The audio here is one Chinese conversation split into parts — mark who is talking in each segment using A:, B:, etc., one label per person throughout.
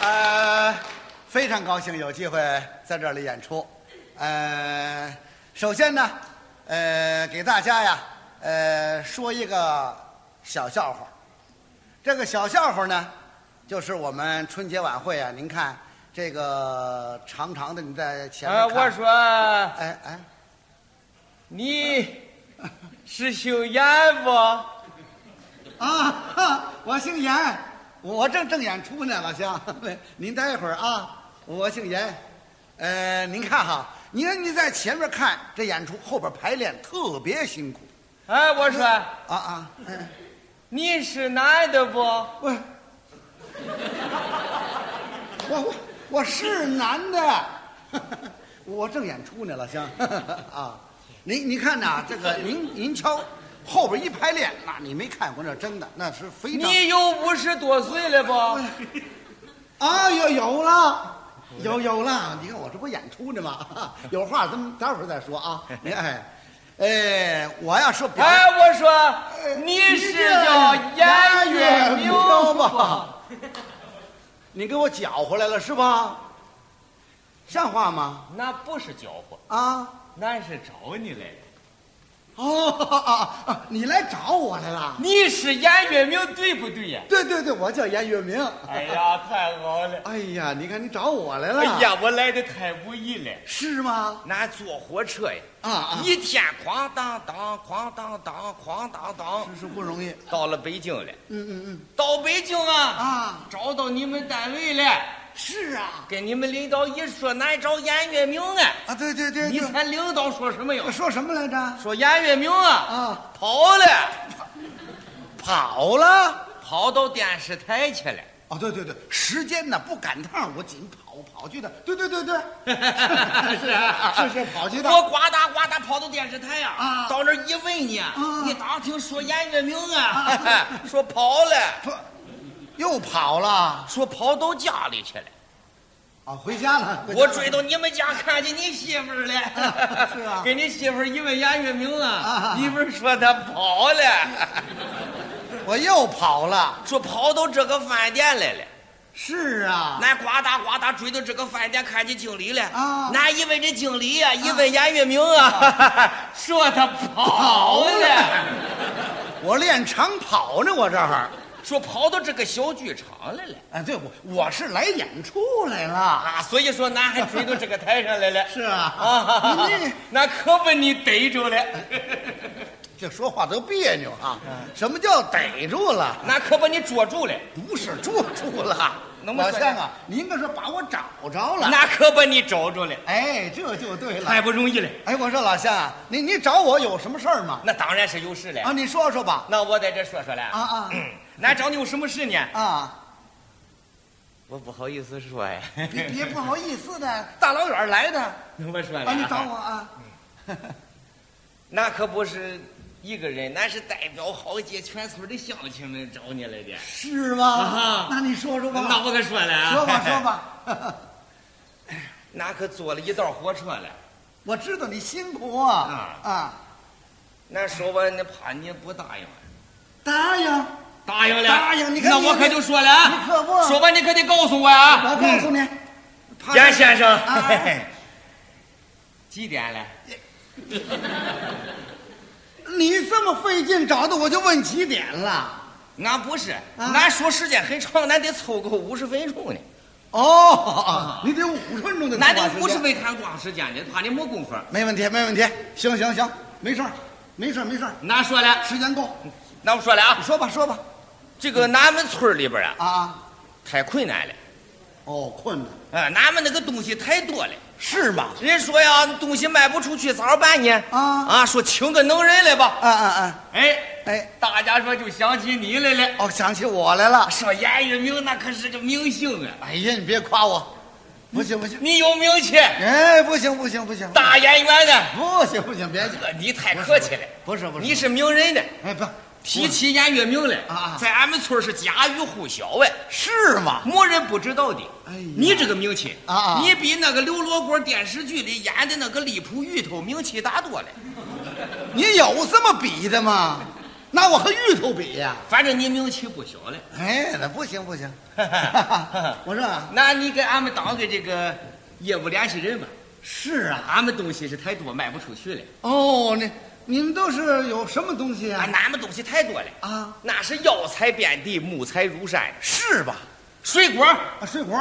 A: 呃常高兴有机会在这里演出。呃，首先呢，呃，给大家呀，呃，说一个小笑话。这个小笑话呢，就是我们春节晚会啊，您看这个长长的，你在前面
B: 啊，
A: 看
B: 我，说
A: 哎哎，
B: 你是姓严不？
A: 啊，哈我姓严，我正正演出呢，老乡， 您待一会儿啊，我姓严，呃，您看哈，您您在前面看这演出，后边排练特别辛苦，
B: 哎，我说
A: 啊啊，嗯，
B: 你是男的不？
A: 我我我我是男的， 我正演出呢，老乡， 啊，您您看呐，这个您您瞧，后边一排练，那你没看过那真的，那是非常
B: 你有五十多岁了不？
A: 啊，有有了，有有了！你看我这不演出呢吗？ 有话咱们待会儿再说啊。您哎，哎，我要说表演，
B: 哎，我说你是叫严月明不？？
A: 你给我搅回来了是吧？像话吗？
B: 那不是搅和，
A: 啊，
B: 俺是找你来的。
A: 哦， 啊啊你来找我来了？
B: 你是严月明对不对呀？
A: 对对对，我叫严月明。
B: 哎呀，太好了！
A: 哎呀，你看你找我来了？
B: 哎，呀，我来的太无意了。
A: 是吗？
B: 俺坐火车呀，
A: 啊啊，
B: 一天哐当当，哐当当，哐当当，
A: 真是不容易。
B: 到了北京了。
A: 嗯嗯
B: 到北京
A: 嗯，
B: 啊，
A: 啊，
B: 找到你们单位了，
A: 是啊，
B: 跟你们领导一说，俺找严月明啊。
A: 啊，对对对
B: 你
A: 对。
B: 猜领导说什么呀？
A: 说什么来着？
B: 说严月明啊，
A: 啊，
B: 跑了，
A: 跑了。
B: 跑到电视台去了。
A: 哦，对对对，时间呢不赶趟，我紧跑跑去的。对对对对，
B: 是 啊
A: 是是跑去的。
B: 我呱嗒呱嗒跑到电视台呀、
A: 啊
B: 到那儿一问你，啊你打听说严月明啊
A: 啊，
B: 说跑了，
A: 不，又跑了
B: 说跑到家里去了。
A: 啊，回家了。回家
B: 我
A: 了
B: 追到你们家，看见你媳妇儿了。
A: 是啊
B: 给你媳妇儿一问严月明啊
A: 啊，
B: 媳妇儿说她跑了，
A: 我又跑了。
B: 说跑到这个饭店来了。
A: 是啊，
B: 俺呱嗒呱嗒追到这个饭店，看见经理了。
A: 啊
B: 俺一问这经理呀、一问严月明 啊，说他跑了，
A: 我练长跑呢，我这儿。
B: 说跑到这个小剧场来了。
A: 哎，对，我我是来演出来了。
B: 啊，所以说俺还追到这个台上来了。
A: 是啊，
B: 啊
A: 您 这，
B: 那可把你逮 着了，
A: 这说话都别扭啊。什么叫逮住了？
B: 那可把你捉住了，
A: 不是住住了，
B: 能不能
A: 老
B: 说
A: 乡啊，您可是把我找着了。
B: 那可把你找着了，
A: 哎，这就对了。
B: 太不容易了。
A: 哎，我说老乡啊，你你找我有什么事儿吗？
B: 那当然是有事
A: 啊，
B: 了。
A: 你说说吧。
B: 那我在这说说了，
A: 啊啊
B: 俺找你有什么事呢？
A: 啊！
B: 我不好意思说呀。
A: 别别 不好意思的，大老远来的啊，
B: 那我说了，
A: 你找我啊。
B: 哎那可不是一个人，那是代表好街全村的乡亲们找你来的。
A: 是
B: 啊哈
A: 吗？那你说说吧。
B: 那我可说了啊，
A: 说吧说。吧。
B: 那可坐了一道火车了。
A: 我知道你辛苦啊啊！
B: 那说我那怕你不答应，
A: 答应，
B: 啊答应了，
A: 答应你看
B: 那
A: 你
B: 我可就说了啊，
A: 你可不
B: 说完你可得告诉我啊。
A: 我告诉你，怕
B: 嗯严先生
A: 啊啊，
B: 几点了？
A: 你这么费劲找的，我就问几点了。
B: 俺不
A: 啊
B: 是，俺说时间很长，咱得凑够五十分钟呢。啊
A: 哦，你得有五十分钟的
B: 咱
A: 通
B: 得
A: 话时间
B: 五十分看光时间呢，怕你没工夫。
A: 没问题，没问题。行行行，没事儿，没事儿，没事儿，
B: 俺说了，
A: 时间够。
B: 那我说了啊，
A: 说吧，说吧。
B: 这
A: 嗯
B: 个俺们村里边啊
A: 啊，
B: 太困难了，
A: 哦，困难
B: 啊，俺们那个东西太多了。
A: 是吗？
B: 人说呀，东西卖不出去，咋办呢？
A: 啊
B: 啊，说请个能人来吧。
A: 啊啊啊！
B: 哎，
A: 哎，
B: 大家说就想起你来了。
A: 哦，想起我来了。
B: 说严玉明那可是个明星啊，
A: 哎呀，你别夸我，不行不行，
B: 你有名气，
A: 哎，不行不行不行，
B: 大演员呢。
A: 不行不行，别讲，
B: 哥，你太客气了，
A: 不是不是，
B: 你是名人呢。
A: 哎不
B: 提起严月明来，
A: 啊啊
B: 在俺们村儿是家喻户晓哎，
A: 是吗？
B: 没人不知道的。
A: 哎呀
B: 你这个名气
A: 啊啊
B: 你比那个刘罗锅电视剧里演的那个李普玉头名气大多了。
A: 你有这么比的吗？那我和芋头比呀、
B: 反正你名气不小嘞。，
A: 哎，那不行不 行我说啊，
B: 那你给俺们当个这个业务联系人吧，
A: 是啊，
B: 俺们东西是太多，卖不出去了。
A: 哦，你你们都是有什么东西
B: 俺、
A: 啊？
B: 俺们东西太多了，
A: 啊，
B: 那是药材遍地，木材如山，
A: 是吧？
B: 水果
A: 啊，水果，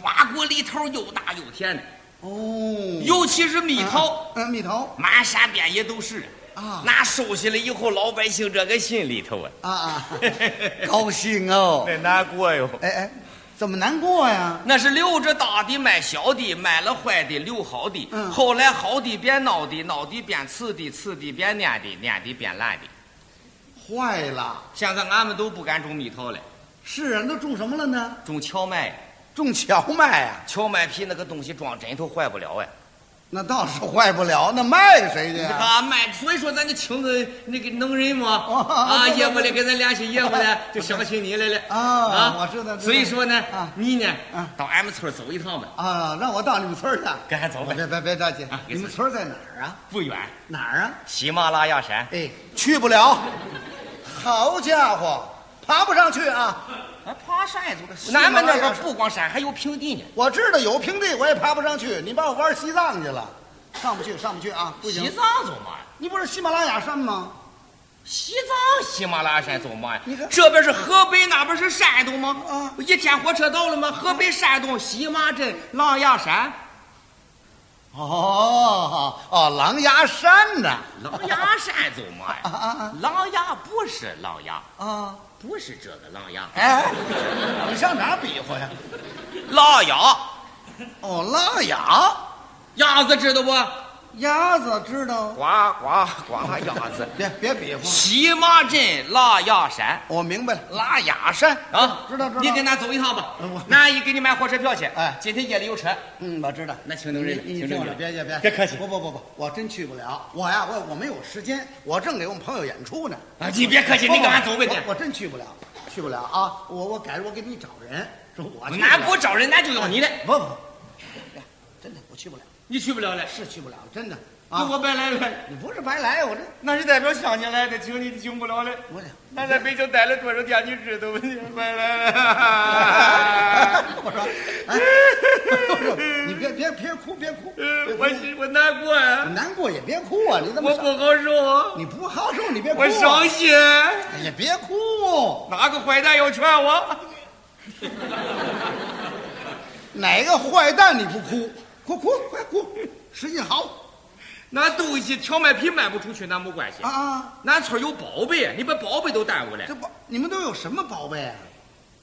B: 瓜果梨桃又大又甜的，
A: 哦，
B: 尤其是蜜桃，
A: 啊，嗯蜜桃，
B: 满山遍野都是
A: 啊
B: 那收下来以后，老百姓这个心里 头
A: 啊
B: 啊，
A: 啊， 高兴哦。
B: 那难过哟。
A: 哎哎，怎么难过呀？
B: 那是留着大的卖小的，卖了坏的留好的。
A: 嗯
B: 后来好的变孬的，孬的变次的，次的变蔫的，蔫的变烂的。
A: 坏了，
B: 现在俺们都不敢种蜜桃了，
A: 是啊，那种什么了呢？
B: 种荞麦。
A: 种荞麦啊，
B: 荞麦皮那个东西装枕头坏不了哎。
A: 那倒是坏不了，那卖给谁去
B: 你看
A: 呀？
B: 啊卖，所以说咱就请个那个能人嘛，
A: 哦
B: 啊，
A: 对对
B: 业务的
A: 对
B: 给咱联系业务 的，就想起你来了
A: 啊我知道知道
B: 所以说呢
A: 啊，
B: 你呢
A: 啊，
B: 到俺们村儿走一趟吧，
A: 啊，让我到你们村儿去。
B: 赶紧走吧
A: 别别别着急
B: 啊，
A: 你们村儿在哪儿啊？
B: 不远，
A: 哪儿啊？
B: 喜马拉雅山。
A: 哎，去不了。好家伙，爬不上去啊！
B: 啊，爬山也走
A: 喜马拉雅
B: 咱们那
A: 山
B: 个不光山，还有平地呢。
A: 我知道有平地，我也爬不上去。你把我玩西藏去了，上不去，上不去啊！不
B: 西
A: 行，
B: 藏走嘛，
A: 你不是喜马拉雅山吗？
B: 西藏喜马拉雅山走嘛呀
A: 你看？
B: 这边是河北，那边是山东吗？
A: 啊
B: 一天火车到了吗？河北、山东、喜马镇、狼牙山、
A: 哦哦，狼牙山呐！
B: 狼牙山走嘛
A: 啊啊
B: 呀
A: 啊？
B: 狼牙不是狼牙，
A: 啊，
B: 不是这个狼牙，
A: 哎，你上哪儿比划呀？
B: 狼牙，
A: 哦，拉雅
B: 鸭子知道不？
A: 鸭子知道，
B: 呱呱呱，鸭子。
A: 别别比划，
B: 喜马镇狼牙山
A: 我明白了，拉雅山
B: 啊，
A: 知道知道
B: 你跟咱走一趟吧
A: 嗯我，
B: 那也给你买火车票去。
A: 哎
B: 今天夜里有车。
A: 嗯，我知道。
B: 那请能人了
A: 你
B: 请
A: 你
B: 能
A: 听
B: 人
A: 我，别别别，
B: 别客气
A: 不不不不，我真去不了。我呀，我我没有时间，我正给我们朋友演出呢。
B: 啊，你别客气，你
A: 不
B: 跟俺走吧
A: 我
B: 你。
A: 我真去不了，去不了啊！我我改日我给你找人，说我去不了
B: 俺不找人，俺就要你的。
A: 不不，真的我去不了，
B: 你去不了了，
A: 是去不了，真的
B: 那
A: 啊！
B: 我白来了。
A: 你不是白来，我这
B: 那是代表乡亲来的，请你请不了了。
A: 我这。
B: 俺在北京待了多少天，你知道吗？你白来
A: 啊
B: 了。
A: 我说，哎，我说你别别别哭，别哭，别哭
B: 呃我是我难过呀，
A: 难过也别哭啊！你怎么
B: 我
A: 伤
B: 不好受啊，
A: 你不好受，你别哭、啊，
B: 我伤心。
A: 哎呀，别哭，
B: 哪个坏蛋要劝我？
A: 哪个坏蛋你不哭？哭哭快哭，使劲嚎
B: 那东西荞麦皮卖不出去，那没关系。
A: 啊啊！
B: 俺村有宝贝，你把宝贝都耽误了
A: 这。宝你们都有什么宝贝啊？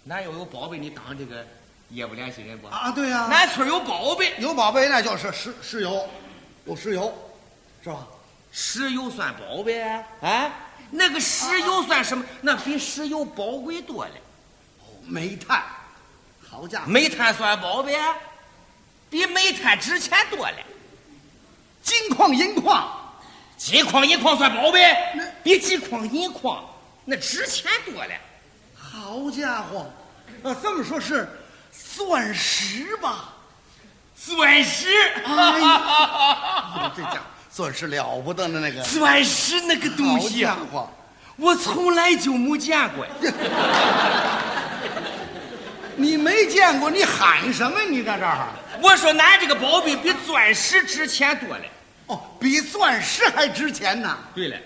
B: 俺要有宝贝，你当这个业务联系人不？
A: 啊，对呀、
B: 俺村有宝贝，
A: 有宝贝那就是石石油，有石油，是吧？
B: 石油算宝贝啊？啊，那个石油算什么？那比石油宝贵多了。
A: 哦煤炭，好家伙，
B: 煤炭算宝贝啊？比煤炭值钱多了。
A: 金矿、银矿，
B: 金矿、银矿算宝贝
A: 那，
B: 比金矿、银矿那值钱多了。
A: 好家伙，要、这么说是钻石吧？
B: 钻石，
A: 哎呀，这家伙钻石了不得的那个
B: 钻石那个东西啊
A: 好，家伙，
B: 我从来就没见过呀。
A: 你没见过，你喊什么？你在这儿？
B: 我说俺这个宝贝比钻石值钱多了。
A: 哦，比钻石还值钱呢。
B: 对了，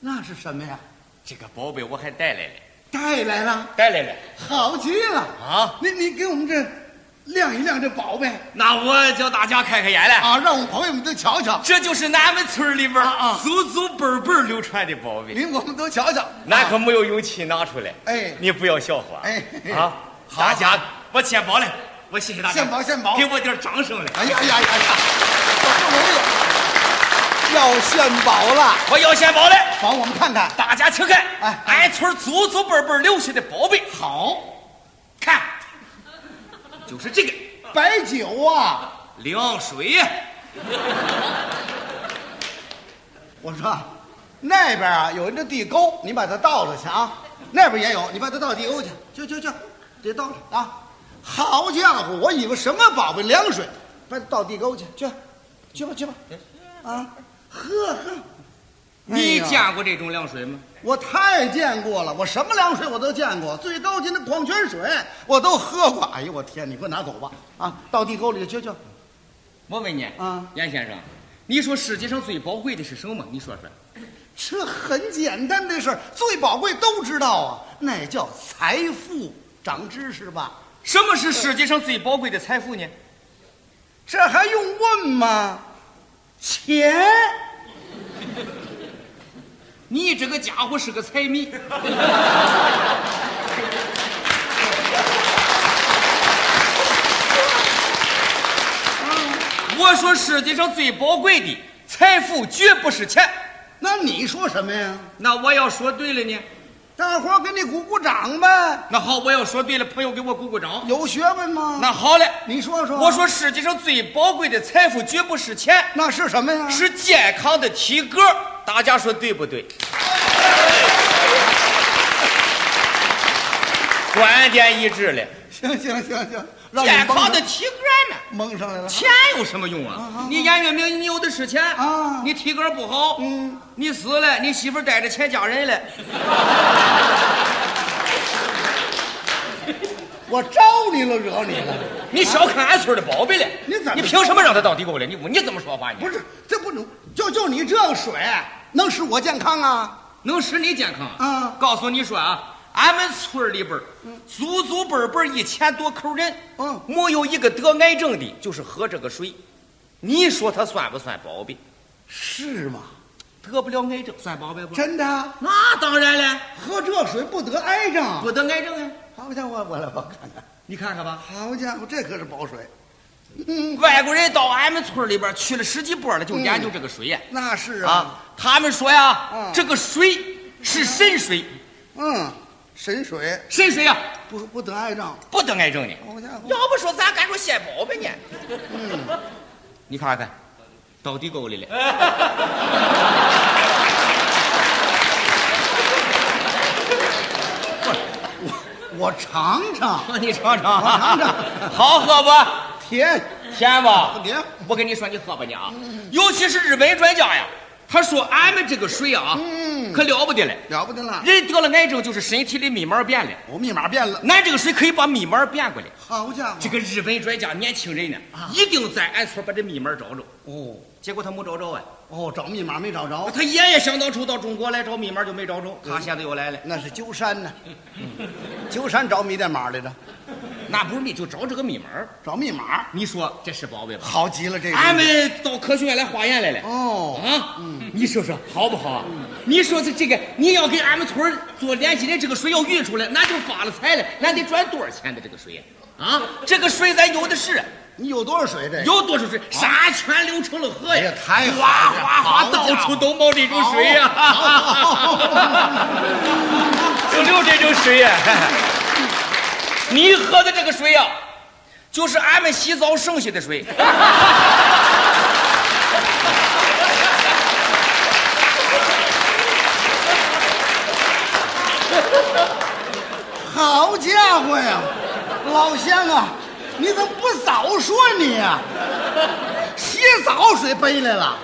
A: 那是什么呀？
B: 这个宝贝我还带来了，
A: 带来了，
B: 带来了。
A: 好极了
B: 啊！
A: 你你给我们这亮一亮这宝贝
B: 那我叫大家开开眼了。
A: 啊，让我朋友们都瞧瞧，
B: 这就是俺们村里边儿
A: 啊啊
B: 祖祖辈辈流传的宝贝，
A: 您我们都瞧啊瞧。
B: 俺可没有勇气拿出来。
A: 哎
B: 你不要笑话。
A: 哎
B: 啊，
A: 好
B: 大家，我献宝了，我谢谢大家。
A: 献宝献宝
B: 给我点掌声来。
A: 哎呀呀呀呀，不容易，要献宝了，
B: 我要献宝了，
A: 宝我们看看。
B: 大家请看，
A: 哎
B: 俺村祖祖辈辈留下的宝贝，
A: 好，
B: 看，就是这个
A: 白酒啊，
B: 凉水呀。
A: 我说那边啊有一个地沟，你把它倒了去啊。那边也有，你把它倒地沟去，去去去，得倒了啊。好家伙，我以为什么宝贝凉水，把它倒地沟去，去，去吧去吧，啊，喝喝。
B: 你你见过这种凉水吗？
A: 我太见过了，我什么凉水我都见过，最高级的矿泉水我都喝过。哎呦，我天！你给我拿走吧！啊，到地沟里去去。
B: 我问你，
A: 啊
B: 严先生，你说世界上最宝贵的是什么？你说说。
A: 这很简单的事儿，最宝贵都知道啊，那叫财富。长知识吧，
B: 什么是世界上最宝贵的财富呢？
A: 这还用问吗？钱，
B: 你这个家伙是个财迷。 我说世界上最宝贵的财富绝不是钱。
A: 那你说什么呀？
B: 那我要说对了呢？
A: 大伙儿给你鼓鼓掌呗，
B: 那好，我要说对了，朋友给我鼓鼓掌。
A: 有学问吗？
B: 那好嘞，
A: 你说说，
B: 我说世界上最宝贵的财富绝不是钱，
A: 那是什么呀？
B: 是健康的体格。大家说对不对？观点一致了，
A: 行行行行，让你
B: 健
A: 蒙
B: 康
A: 上
B: 的体格嘛，
A: 蒙上来了。
B: 钱有什么用啊？你严月明，你有的是钱
A: 啊
B: 你体格不好，
A: 嗯，
B: 你死了，你媳妇带着钱嫁人了，
A: 我招你了，惹你了？
B: 你小看俺村的宝贝了，
A: 你怎么
B: 你凭什么让他到地沟里？你你怎么说话你？
A: 不是，这不能就就你这个水能使我健康啊？
B: 能使你健康
A: 啊
B: 告诉你说啊，俺们村里边儿祖祖辈辈儿一千多口人，
A: 嗯
B: 没有一个得癌症的，就是喝这个水。你说他算不算宝贝？
A: 是吗？
B: 得不了癌症算宝贝不？
A: 真的，啊
B: 那当然了，
A: 喝这水不得癌症。
B: 不得癌症啊！
A: 好家伙，我来我看看。
B: 你看看吧。
A: 好家伙，这可是宝水。嗯，
B: 外国人到俺们村里边去了十几波了，就研究这个水呀、
A: 那是啊。
B: 啊，他们说呀，
A: 嗯
B: 这个水是神水，
A: 嗯，神水
B: 神水啊呀、
A: 不不得癌症。
B: 不得癌症呢。
A: 好家伙，嗯
B: 要不说咱敢说献宝贝呢？你看看，到地沟里
A: 哎
B: 了。
A: 我尝尝
B: 你尝尝啊，
A: 我尝尝
B: 好喝不？
A: 甜
B: 甜吧？
A: 甜。
B: 我跟你说，你喝吧你啊，
A: 嗯
B: 尤其是日本专家呀，他说俺们这个水啊，
A: 嗯
B: 可了不得了。
A: 了不得了，
B: 人得了癌症，就是身体里密码变了。
A: 我密码变了。
B: 俺这个水可以把密码变过来。
A: 好家伙，
B: 这个日本专家年轻人呢，一定在俺村把这密码找着。
A: 哦
B: 结果他没找着啊，
A: 哦，找密码没找着，
B: 他爷爷想当初到中国来找密码就没找着，他现在又来了，
A: 那是鸠山呢。鸠山找密电码来着，
B: 那不是密就找这个密码。
A: 找密码，
B: 你说这是宝贝吧？
A: 好极了这个。
B: 俺们到科学院来化验来了。
A: 哦，
B: 啊，你说说好不好啊？你说这这个，你要给俺们村儿做联系人，这个水要运出来，那就发了财了，那得赚多少钱的这个水啊？啊，这个水咱有的是，
A: 你有多少水这？
B: 有多少水？沙泉流成了河
A: 哎
B: 呀
A: 呀，太好了
B: 哗哗
A: 好
B: 哗，
A: 家伙
B: 到处都冒这种水呀、
A: 好
B: 就流这种水呀、你喝的这个水呀、就是俺们洗澡剩下的水。
A: 好家伙呀，老乡啊，你怎么不早说你呀、洗澡水背来了，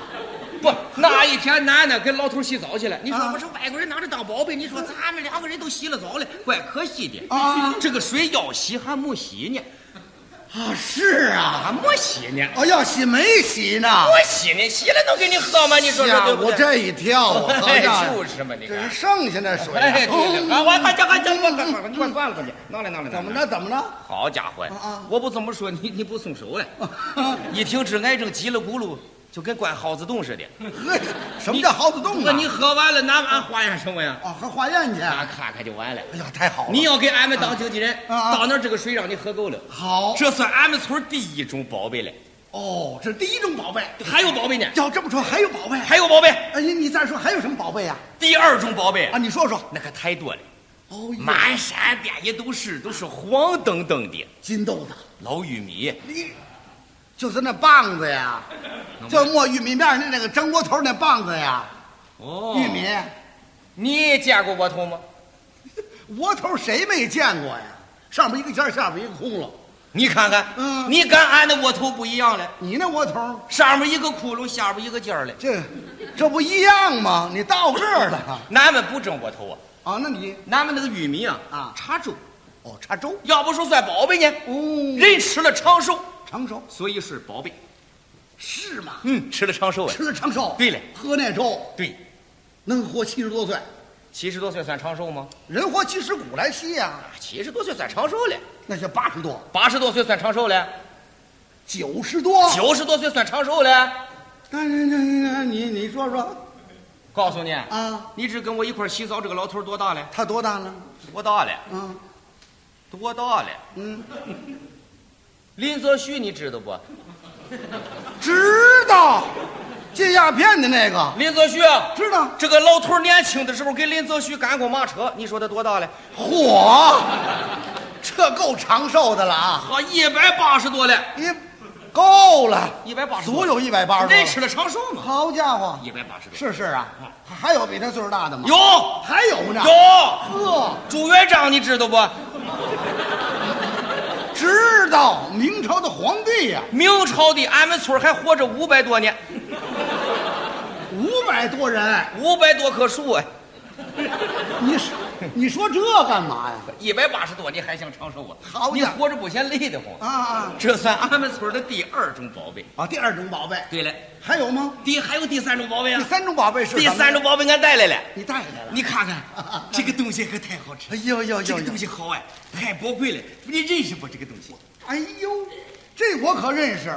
B: 不，那一天男的跟老头洗澡去了。你说
A: 啊嗯
B: 我说外国人拿着当宝贝，你说咱们两个人都洗了澡了，怪可惜的
A: 啊
B: 这个水要洗还没洗呢，
A: 啊是啊，
B: 还没洗呢，
A: 哦要洗没洗呢？哎
B: 没洗呢，洗了能给你喝吗？你说说
A: 呀
B: 对不
A: 啊我
B: 对？
A: 这一跳啊，好
B: 哎
A: 家伙
B: 就是嘛，你
A: 这是
B: 看。
A: 剩下那水啊、
B: 哎，对对，啊，我还讲还讲，我
A: 嗯
B: 我我我算了吧，你弄来弄来，
A: 怎么着？？怎么着？
B: 好家伙
A: 啊啊，
B: 我不这么说你你不松手了，
A: 嗯
B: 一听治癌症急了咕噜，就跟灌蒿子洞似的。
A: 呵，什么叫耗子洞
B: 那
A: 啊？
B: 你喝完了拿俺化验什么呀？
A: 啊，还化验去？
B: 俺
A: 哎
B: 看看就完了。
A: 呀，太好了！
B: 你要给俺们当经纪人，
A: 啊啊
B: 到那儿这个水让你喝够了，
A: 好
B: 这算俺们村第一种宝贝了。
A: 哦，这是第一种宝贝。
B: 还有宝贝呢，
A: 要这么说，还有宝贝？
B: 还有宝贝，
A: 哎呀，你再说还有什么宝贝呀、
B: 第二种宝贝
A: 啊？，你说说。
B: 那可太多了，
A: 哦，呀
B: 满山遍野都是，都是黄澄澄的
A: 金豆子，
B: 老玉米。
A: 你就是那棒子呀，就磨玉米面儿那那个蒸锅头那棒子呀，
B: 哦
A: 玉米，
B: 你见过窝头吗？
A: 窝头谁没见过呀？上边一个尖儿，下边一个窟窿，
B: 你看看，
A: 嗯
B: 你跟俺的窝头不一样了，
A: 你那窝头，
B: 上面一个窟窿，下边一个尖儿了。
A: 这这不一样吗？你倒个儿了
B: 俺们不蒸窝头啊，
A: 啊？那你
B: 俺们那个玉米啊
A: 啊
B: 插粥，
A: 哦，插粥
B: 要不说算宝贝呢，
A: 哦，
B: 人吃了长寿，
A: 长寿
B: 所以是宝贝。
A: 是吗？
B: 嗯，吃了长寿啊。
A: 吃了长寿，
B: 对了，
A: 喝那粥
B: 对，
A: 能活七十多岁，
B: 七十多岁算长寿吗？
A: 人活七十古来稀呀、
B: 啊七十多岁算长寿了，
A: 那些八十多、
B: 八十多岁算长寿了，
A: 九十多，
B: 九十多岁算长寿了。
A: 那那那那你你说说
B: 告诉你，
A: 啊，
B: 你只跟我一块儿洗澡，这个老头儿多大了？
A: 他多大了？
B: 多大了？
A: 嗯
B: 多大了？
A: 嗯，
B: 林则徐你知道不？
A: 知道，借鸦片的那个
B: 林则徐啊，
A: 知道。
B: 这个老头儿年轻的时候给林则徐赶过马车，你说他多大了？
A: 嚯，这够长寿的了啊！
B: 好，一百八十多了，
A: 一够了，
B: 一百八十
A: 足
B: 多
A: 有一百八十多
B: 人
A: 了。
B: 吃了长寿嘛？
A: 好家伙，
B: 一百八十多，
A: 是是啊，还有比他岁数大的吗？
B: 有
A: 还有呢。
B: 有
A: 呵，
B: 朱元璋你知道不？
A: 知道明朝的皇帝呀、
B: 明朝的俺们村儿还活着五百多年，
A: 五百多人，
B: 五百多棵树哎，
A: 你说你说这干嘛呀？
B: 一百八十多你还想长寿啊？
A: 好
B: 你
A: 家伙
B: 活着不嫌累得慌？
A: 啊啊
B: 这 算俺们村儿的第二种宝贝。
A: 啊！第二种宝贝
B: 对了，
A: 还有吗？
B: 第还有第三种宝贝
A: 第
B: 啊，
A: 三种宝贝是
B: 第
A: 什么呀
B: 三种宝贝俺带来了。
A: 你带来了？
B: 你看看，这个东西可太好吃，
A: 哎呦呦
B: 这
A: 呦
B: 个
A: 呦
B: 东！西好哎，太宝贵了，你认识不这个东西？
A: 哎呦，这我可认识，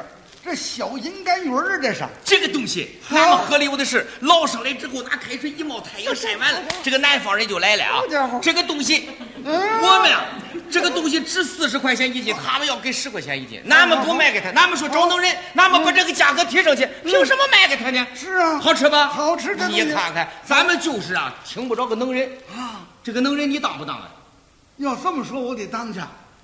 A: 这小银干鱼儿啊这是。
B: 这个东西，
A: 好
B: 俺们河里有的是，捞上来之后拿开水一冒，太阳晒完了，这个南方人就来了啊
A: 好家伙！
B: 这个东西，
A: 嗯
B: 我们啊，这个东西值四十块钱一斤，他们要给十块钱一斤，俺们
A: 嗯
B: 不卖给他，俺们说找能人，俺们把这个价格提上去，凭什么卖给他呢？
A: 是啊
B: 好吃吧？
A: 好吃这东西
B: 你看看，咱们就是啊，听不着个能人
A: 啊，
B: 这个能人你当不当啊？
A: 要这么说，我得当去。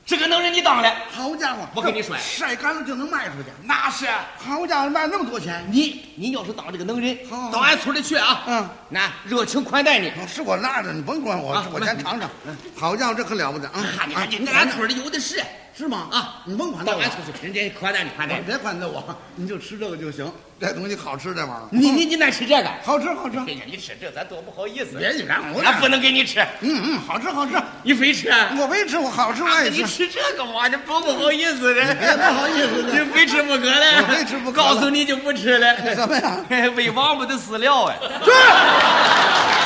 B: 这个能人你当了，
A: 好家伙，
B: 我给你甩
A: 晒干了就能卖出去。
B: 那是啊。
A: 好家伙，卖那么多钱，
B: 你你要是当这个能人
A: 好好，
B: 到俺村里去啊，
A: 嗯，
B: 那热情款待你。
A: 是我那的，你甭管我
B: 啊，
A: 我先尝尝。好家伙，这可了不得啊！
B: 看你
A: 啊
B: 看你，俺村里有的是
A: 是吗？
B: 啊，
A: 你甭管
B: 到
A: 我
B: 俺，村去，人家款待你款待
A: 你
B: 你。
A: 别管着我，你就吃这个就行。这东西好吃，这玩意儿
B: 你你你哪吃这个？
A: 好吃好吃。
B: 哎呀，你吃这咱多不好意思。
A: 嗯别你看我
B: 俺不能给你吃，
A: 嗯嗯，好吃好吃，
B: 你非吃。啊
A: 我没吃，我好吃我也
B: 你
A: 嗯吃。嗯
B: 吃这个嘛，这多不好意思
A: 别
B: 的。
A: 不好意思
B: 你
A: 的，
B: 非吃不可了，
A: 我非吃不可了哎
B: 告诉你就不吃了。
A: 怎么样？
B: 啊喂王八的饲料哎，
A: 这